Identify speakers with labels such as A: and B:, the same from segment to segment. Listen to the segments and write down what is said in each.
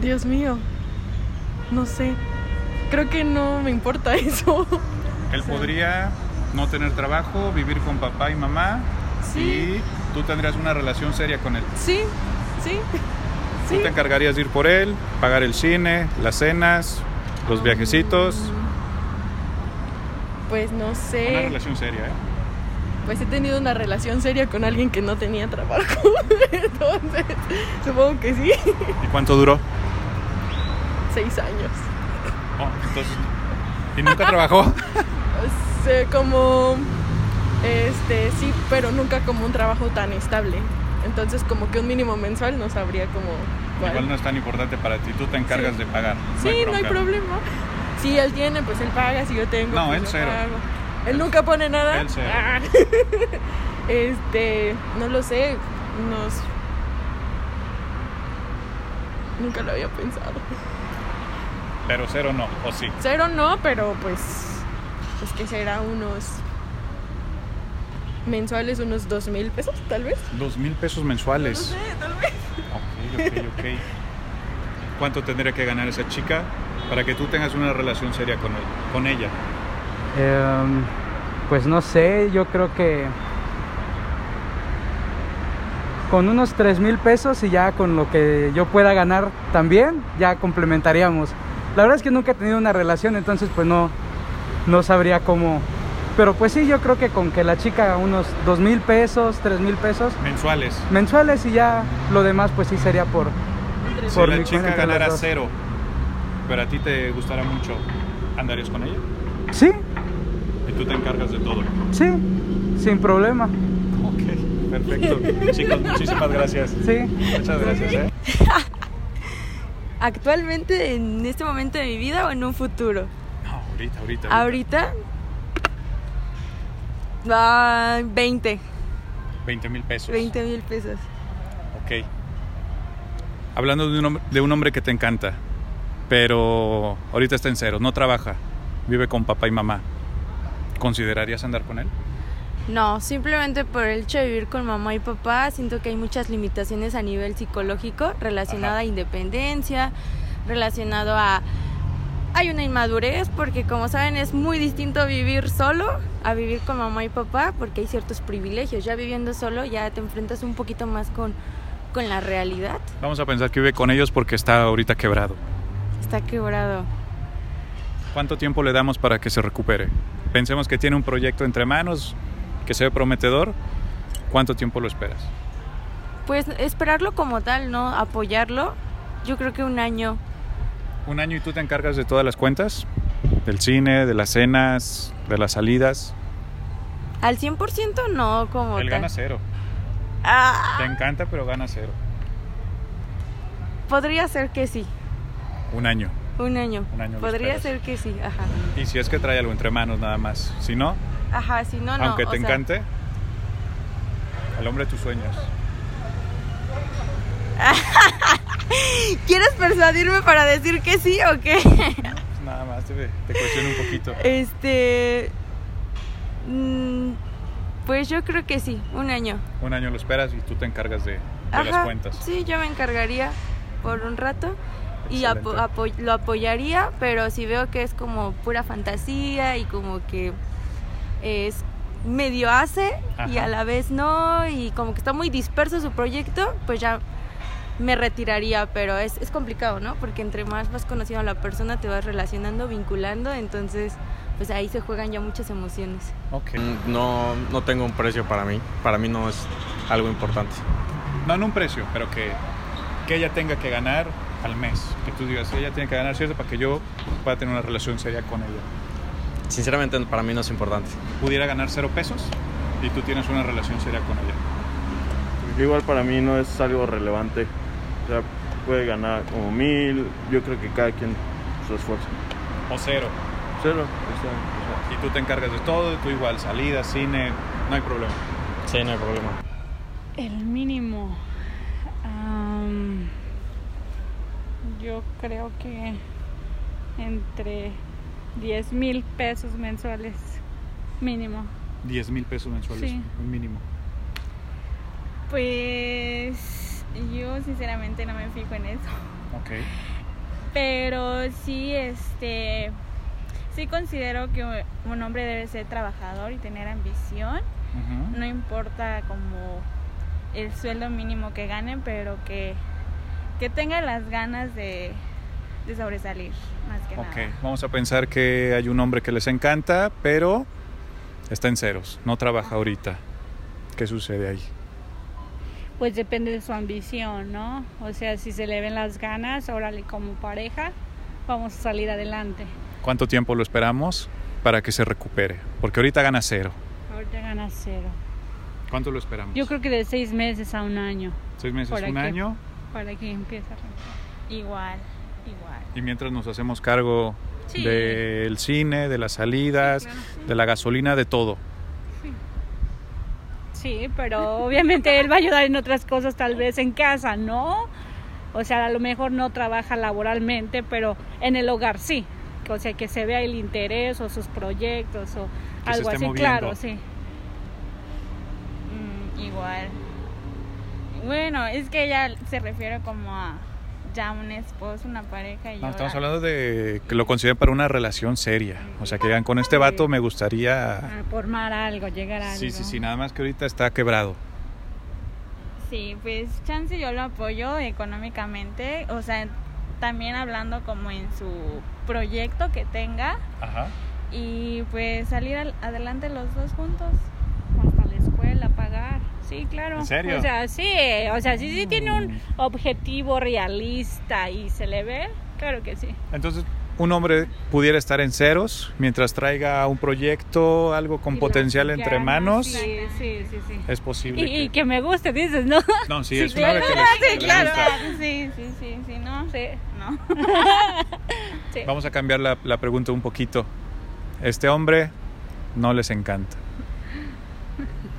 A: Dios mío, no sé. Creo que no me importa eso.
B: Él podría no tener trabajo, vivir con papá y mamá
A: Sí.
B: y tú tendrías una relación seria con él.
A: Sí, sí, sí.
B: Tú te encargarías de ir por él, pagar el cine, las cenas, los viajecitos.
A: Pues no
B: Una
A: sé.
B: relación seria, ¿eh?
A: Pues he tenido una relación seria con alguien que no tenía trabajo. Entonces, supongo que sí.
B: ¿Y cuánto duró?
A: Seis años.
B: Oh, entonces... ¿Y nunca trabajó?
A: O sea, como. Este, sí, pero nunca como un trabajo tan estable. Entonces, como que un mínimo mensual no sabría como. cuál.
B: Igual no es tan importante para ti, tú te encargas
A: Sí.
B: de pagar.
A: Sí, no hay
B: bronca.
A: problema. Si él tiene, pues él paga. Si yo tengo,
B: No,
A: pues
B: él
A: yo
B: cero.
A: pago. Él nunca pone nada.
B: Él cero.
A: Ah. este, no lo sé. Nos. Nunca lo había pensado.
B: Pero cero no, o sí.
A: Cero no, pero pues. Pues que será unos. Mensuales, unos dos mil pesos, tal vez.
B: Dos mil pesos
A: No
B: mensuales.
A: sé, tal vez.
B: Ok, ok, ok. ¿Cuánto tendría que ganar esa chica para que tú tengas una relación seria con, él, con ella?
C: Em, pues no sé, yo creo que con unos 3 mil pesos y ya con lo que yo pueda ganar también, ya complementaríamos. La verdad es que nunca he tenido una relación, entonces pues no, no sabría cómo. Pero pues sí, yo creo que con que la chica unos 2 mil pesos, 3 mil pesos
B: Mensuales.
C: mensuales y ya lo demás pues sí sería por...
B: Si
C: Por
B: la
C: mi cuenta,
B: chica
C: las
B: ganara
C: dos.
B: cero, pero a ti te gustara mucho, ¿andarías con ella?
C: Sí,
B: Y tú te encargas de todo.
C: sí, sin problema.
B: Ok, perfecto. Chicos, muchísimas gracias.
C: Sí.
B: Muchas gracias, ¿eh?
D: ¿Actualmente, en este momento de mi vida o en un futuro?
B: No, ahorita, ahorita.
D: Ahorita. Ah, 20,
B: 20 mil pesos.
D: 20 mil pesos.
B: Ok. Hablando de un, hom- de un hombre que te encanta, pero ahorita está en cero, no trabaja, vive con papá y mamá. ¿Considerarías andar con él?
D: No, simplemente por el hecho de vivir con mamá y papá, siento que hay muchas limitaciones a nivel psicológico relacionado
B: Ajá.
D: a independencia, relacionado a... Hay una inmadurez porque como saben es muy distinto vivir solo a vivir con mamá y papá porque hay ciertos privilegios. Ya viviendo solo ya te enfrentas un poquito más con, con la realidad.
B: Vamos a pensar que vive con ellos porque está ahorita quebrado.
D: Está quebrado.
B: ¿Cuánto tiempo le damos para que se recupere? Pensemos que tiene un proyecto entre manos que se ve prometedor. ¿Cuánto tiempo lo esperas?
D: Pues esperarlo como tal, ¿no? Apoyarlo. Yo creo que un año.
B: ¿Un año y tú te encargas de todas las cuentas? Del cine, de las cenas, de las salidas.
D: Al 100% no, como
B: Él
D: tal.
B: gana cero.
D: Ah,
B: Te encanta, pero gana cero.
D: podría ser que sí.
B: Un año.
D: Un año.
B: Un año lo
D: Podría
B: esperas.
D: ser que sí, ajá.
B: Y si es que trae algo entre manos nada más. Si no,
D: Ajá, si no, no.
B: aunque
D: o
B: te
D: sea,
B: encante, al hombre de tus sueños.
D: ¿Quieres persuadirme para decir que sí o qué?
B: Pues nada más te, te cuestiono un poquito.
D: Este. mm, Pues yo creo que sí, un año.
B: Un año lo esperas y tú te encargas de, de las
D: Ajá,
B: cuentas.
D: Sí, yo me encargaría por un rato y apo-
B: Excelente.
D: apo- lo apoyaría, pero si veo que es como pura fantasía y como que es medio hace y
B: Ajá.
D: a la vez no y como que está muy disperso su proyecto, pues ya me retiraría, pero es, es complicado, ¿no? Porque entre más vas conociendo a la persona, te vas relacionando, vinculando, entonces pues ahí se juegan ya muchas emociones.
B: Ok.
E: Mm, No, no tengo un precio para mí. Para mí no es algo importante.
B: No en un precio, pero que, que ella tenga que ganar al mes. Que tú digas, ella tiene que ganar cierto para que yo pueda tener una relación seria con ella.
E: Sinceramente, para mí no es importante.
B: Pudiera ganar cero pesos y tú tienes una relación seria con ella.
F: Porque Pues igual para mí no es algo relevante. O sea, puede ganar como mil. Yo creo que cada quien su esfuerzo.
B: O cero.
F: Cero. o sea,
B: Y tú te encargas de todo, tú igual, salida, cine, no hay problema.
E: Sí, no hay problema.
G: El mínimo. Am, yo creo que entre 10 mil pesos mensuales mínimo.
B: 10 mil pesos mensuales,
G: Sí.
B: un mínimo.
G: Pues yo sinceramente no me fijo en eso.
B: Ok.
G: Pero sí, este, sí considero que un hombre debe ser trabajador y tener ambición.
B: Ujú.
G: No importa como el sueldo mínimo que gane, pero que, que tenga las ganas de, de sobresalir, más que
B: Ok,
G: nada.
B: vamos a pensar que hay un hombre que les encanta, pero está en ceros, no trabaja ahorita. ¿Qué sucede ahí?
G: Pues depende de su ambición, ¿no? O sea, si se le ven las ganas, órale, como pareja, vamos a salir adelante.
B: ¿Cuánto tiempo lo esperamos para que se recupere? Porque ahorita gana cero.
G: Ahorita gana cero.
B: ¿Cuánto lo esperamos?
G: Yo creo que de seis meses a un año
B: Seis meses,
G: por
B: un
G: aquí.
B: año.
G: para que empiece a rentar. Igual, igual.
B: Y mientras nos hacemos cargo
G: Sí.
B: del cine, de las salidas,
G: claro.
B: de la gasolina, de todo.
G: Sí, pero obviamente él va a ayudar en otras cosas, tal vez en casa, ¿no? O sea, a lo mejor no trabaja laboralmente, pero en el hogar sí. O sea, que se vea el interés o sus proyectos o
B: se
G: algo
B: esté
G: así,
B: moviendo.
G: claro, sí. igual. Bueno, es que ella se refiere como a ya un esposo, una pareja y
B: No, estamos hablando de que lo consideren para una relación seria. O sea, que digan, con este vato me gustaría...
G: formar algo, llegar a
B: Ah. Sí,
G: Ah, algo.
B: sí, sí, nada más que ahorita está quebrado.
G: Sí, pues Chance yo lo apoyo económicamente, o sea, también hablando como en su proyecto que tenga
B: Ajá.
G: y pues salir al- adelante los dos juntos. Hasta la escuela, pagar. Sí, claro.
B: ¿En serio? Mm.
G: O sea, sí, o sea, sí, sí tiene un objetivo realista y se le ve, claro que sí.
B: Entonces, un hombre pudiera estar en ceros mientras traiga un proyecto, algo con
G: Y
B: potencial
G: las
B: entre
G: ganas,
B: manos.
G: Sí, sí, sí, sí.
B: Es
G: Y,
B: posible.
G: y
B: que...
G: que me guste, dices, ¿no?
B: No, sí,
G: Sí,
B: es una vez que
G: claro,
B: les-
G: sí,
B: que les
G: claro.
B: gusta.
G: Sí, sí, sí, sí, no. Sí. No. Sí.
B: Vamos a cambiar la, la pregunta un poquito. Este hombre no les encanta.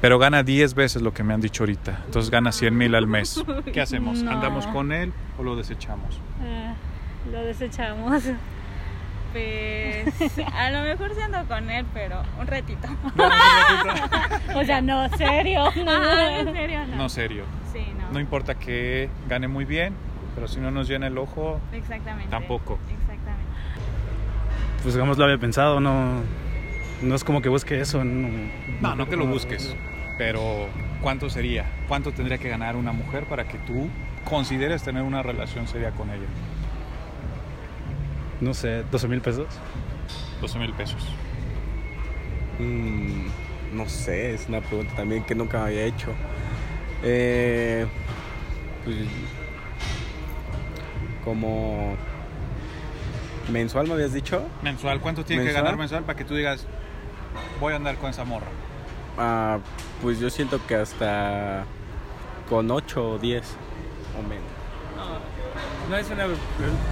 B: Pero gana 10 veces lo que me han dicho ahorita. Entonces gana 100 mil al mes. ¿Qué hacemos?
G: No.
B: ¿Andamos con él o lo desechamos?
G: Ah, lo desechamos.
H: Pues a lo mejor se ando con él, pero un ratito.
G: O sea, no, serio.
H: Ah, en serio, no.
B: No, serio.
H: Sí, no.
B: No importa que gane muy bien, pero si no nos llena el ojo,
H: Exactamente.
B: Tampoco.
H: Exactamente.
I: Pues digamos, lo había pensado, no, no es como que busque eso. No,
B: No, no que lo busques. Pero, ¿cuánto sería? ¿Cuánto tendría que ganar una mujer para que tú consideres tener una relación seria con ella?
I: No sé, 12 mil pesos.
B: 12 mil pesos.
E: Mm, no sé, es una pregunta también que nunca había hecho. Eh, pues, como mensual me habías dicho,
B: Mensual, ¿cuánto tiene que
E: ¿Mensual?
B: ganar mensual para que tú digas, voy a andar con esa morra?
E: Ah, pues yo siento que hasta con 8 o 10 o menos.
I: No es una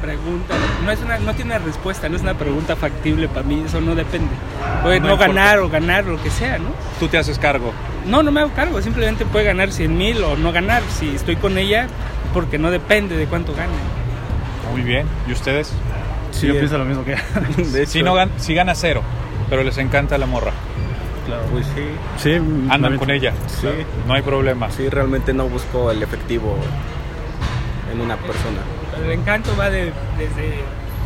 I: pregunta, no, es una, no tiene una respuesta, no es una pregunta factible para mí, eso no depende. Puede
B: No
I: no,
B: importa.
I: ganar o ganar, lo que sea, ¿no?
B: Tú te haces cargo.
I: No, no me hago cargo, simplemente puede ganar 100 mil o no ganar si estoy con ella, porque no depende de cuánto gane.
B: Muy bien. ¿Y ustedes?
I: Sí, yo pienso lo mismo que
E: De
B: Si,
E: hecho,
B: no gan- si gana cero, pero les encanta la morra,
E: Pues sí,
I: Mm, Sí,
B: andan con ella.
E: Sí.
B: No hay problema.
E: sí, realmente no busco el efectivo en una persona.
I: El encanto va de- desde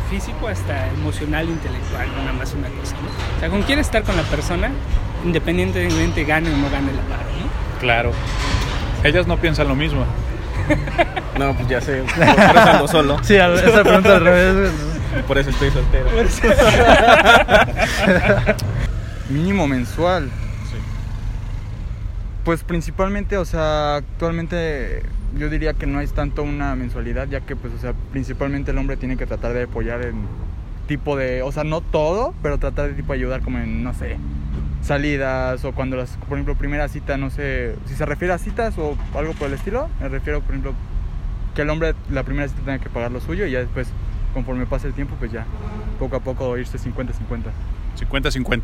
I: físico hasta emocional, intelectual, no nada más una cosa, ¿no? O sea, con quién estar con la persona, independientemente gane o no gane la barra, ¿no?
B: Claro. Ellas no piensan lo mismo.
E: No, pues ya sé, por eso ando solo,
J: Sí, a- esa pregunta al revés.
E: por eso estoy soltero.
J: Mínimo mensual. Pues principalmente, o sea, actualmente yo diría que no es tanto una mensualidad, ya que pues, o sea, principalmente el hombre tiene que tratar de apoyar en tipo de, o sea, no todo, pero tratar de tipo ayudar como en, no sé, salidas o cuando las, por ejemplo, primera cita, no sé, si se refiere a citas o algo por el estilo, me refiero, por ejemplo, que el hombre la primera cita tenga que pagar lo suyo y ya después, conforme pase el tiempo, pues ya, poco a poco irse 50-50.
B: 50-50.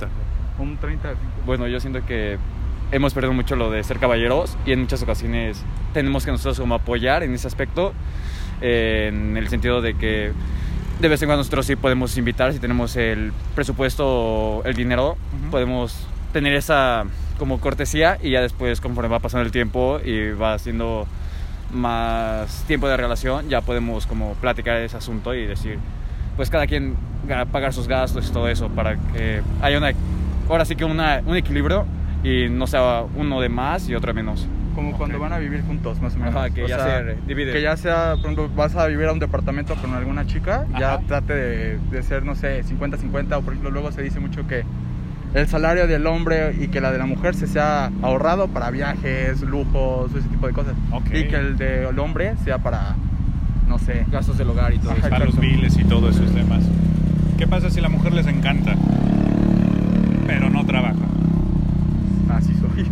J: Un 30
K: Bueno, yo siento que hemos perdido mucho lo de ser caballeros y en muchas ocasiones tenemos que nosotros como apoyar en ese aspecto, eh, en el sentido de que de vez en cuando nosotros sí podemos invitar, si tenemos el presupuesto o el dinero,
B: Ujú.
K: podemos tener esa como cortesía y ya después conforme va pasando el tiempo y va siendo más tiempo de relación, ya podemos como platicar ese asunto y decir, pues cada quien ga- pagar sus gastos y todo eso para que haya una, ahora sí que una, un equilibrio y no sea uno de más y otro de menos.
J: Como cuando van a vivir juntos, más o menos.
K: Ajá, que
J: O
K: ya
J: sea,
K: se divide.
J: Que ya sea, por ejemplo, vas a vivir a un departamento con alguna chica, ya trate de, de ser, no sé, 50-50 o por ejemplo, luego se dice mucho que el salario del hombre y que la de la mujer se sea ahorrado para viajes, lujos, ese tipo de cosas. Y que el del hombre sea para, no sé, gastos del hogar y todo
B: a los biles y todos esos temas. ¿Qué pasa si la mujer les encanta, pero no trabaja?
J: Así Ah, soy.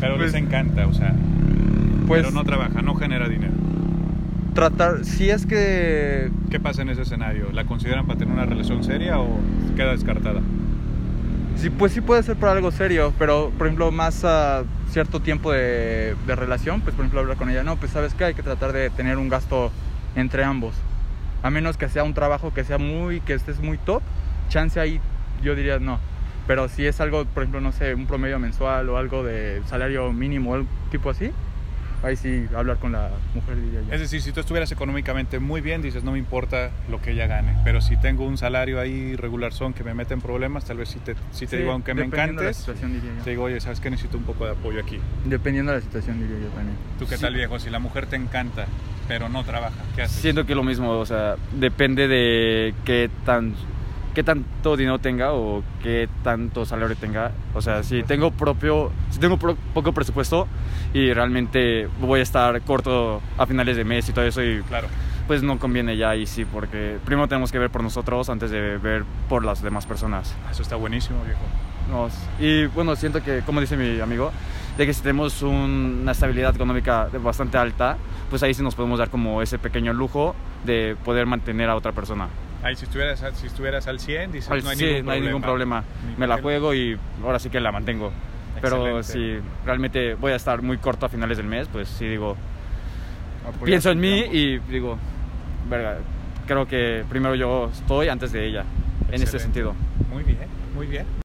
B: pero les
J: Pues,
B: encanta, o sea, pero no trabaja, no genera dinero.
J: Tratar, si es que...
B: ¿Qué pasa en ese escenario? ¿La consideran para tener una relación seria o queda descartada?
J: Sí, pues sí puede ser para algo serio, pero por ejemplo, más a cierto tiempo de, de relación, pues por ejemplo, hablar con ella, no, pues sabes que hay que tratar de tener un gasto entre ambos. A menos que sea un trabajo que sea muy, que estés muy top, chance ahí yo diría no. Pero si es algo, por ejemplo, no sé, un promedio mensual o algo de salario mínimo o algo tipo así, ahí sí hablar con la mujer diría yo.
B: Es decir, si tú estuvieras económicamente muy bien, dices, no me importa lo que ella gane, pero si tengo un salario ahí regular son que me mete en problemas, tal vez si te, si te
J: Sí,
B: digo, aunque me
J: dependiendo de la
B: encantes,
J: situación, diría yo.
B: te digo, oye, ¿sabes qué? Necesito un poco de apoyo aquí.
J: Dependiendo de la situación diría yo también.
B: ¿Tú qué
J: Sí.
B: tal, viejo? Si la mujer te encanta, pero no trabaja, ¿qué haces?
K: Siento que lo mismo, o sea, depende de qué tan qué tanto dinero tenga o qué tanto salario tenga. O sea, si tengo propio, si tengo pro- poco presupuesto y realmente voy a estar corto a finales de mes y todo eso y
B: claro.
K: pues no conviene ya y sí, porque primero tenemos que ver por nosotros antes de ver por las demás personas.
B: Eso está buenísimo, viejo.
K: Nos- y bueno, siento que, como dice mi amigo, de que si tenemos un- una estabilidad económica de- bastante alta, pues ahí sí nos podemos dar como ese pequeño lujo de poder mantener a otra persona.
B: Ahí si estuvieras, si estuvieras al 100, dices,
K: Al-
B: no hay
K: sí,
B: ningún problema.
K: no hay ningún problema. Me la juego y ahora sí que la mantengo. Pero si
B: Excelente.
K: realmente voy a estar muy corto a finales del mes, pues sí digo,
B: Apoyarse
K: pienso en mí y digo, verga, creo que primero yo estoy antes de ella, en ese
B: Excelente.
K: sentido.
B: Muy bien, muy bien.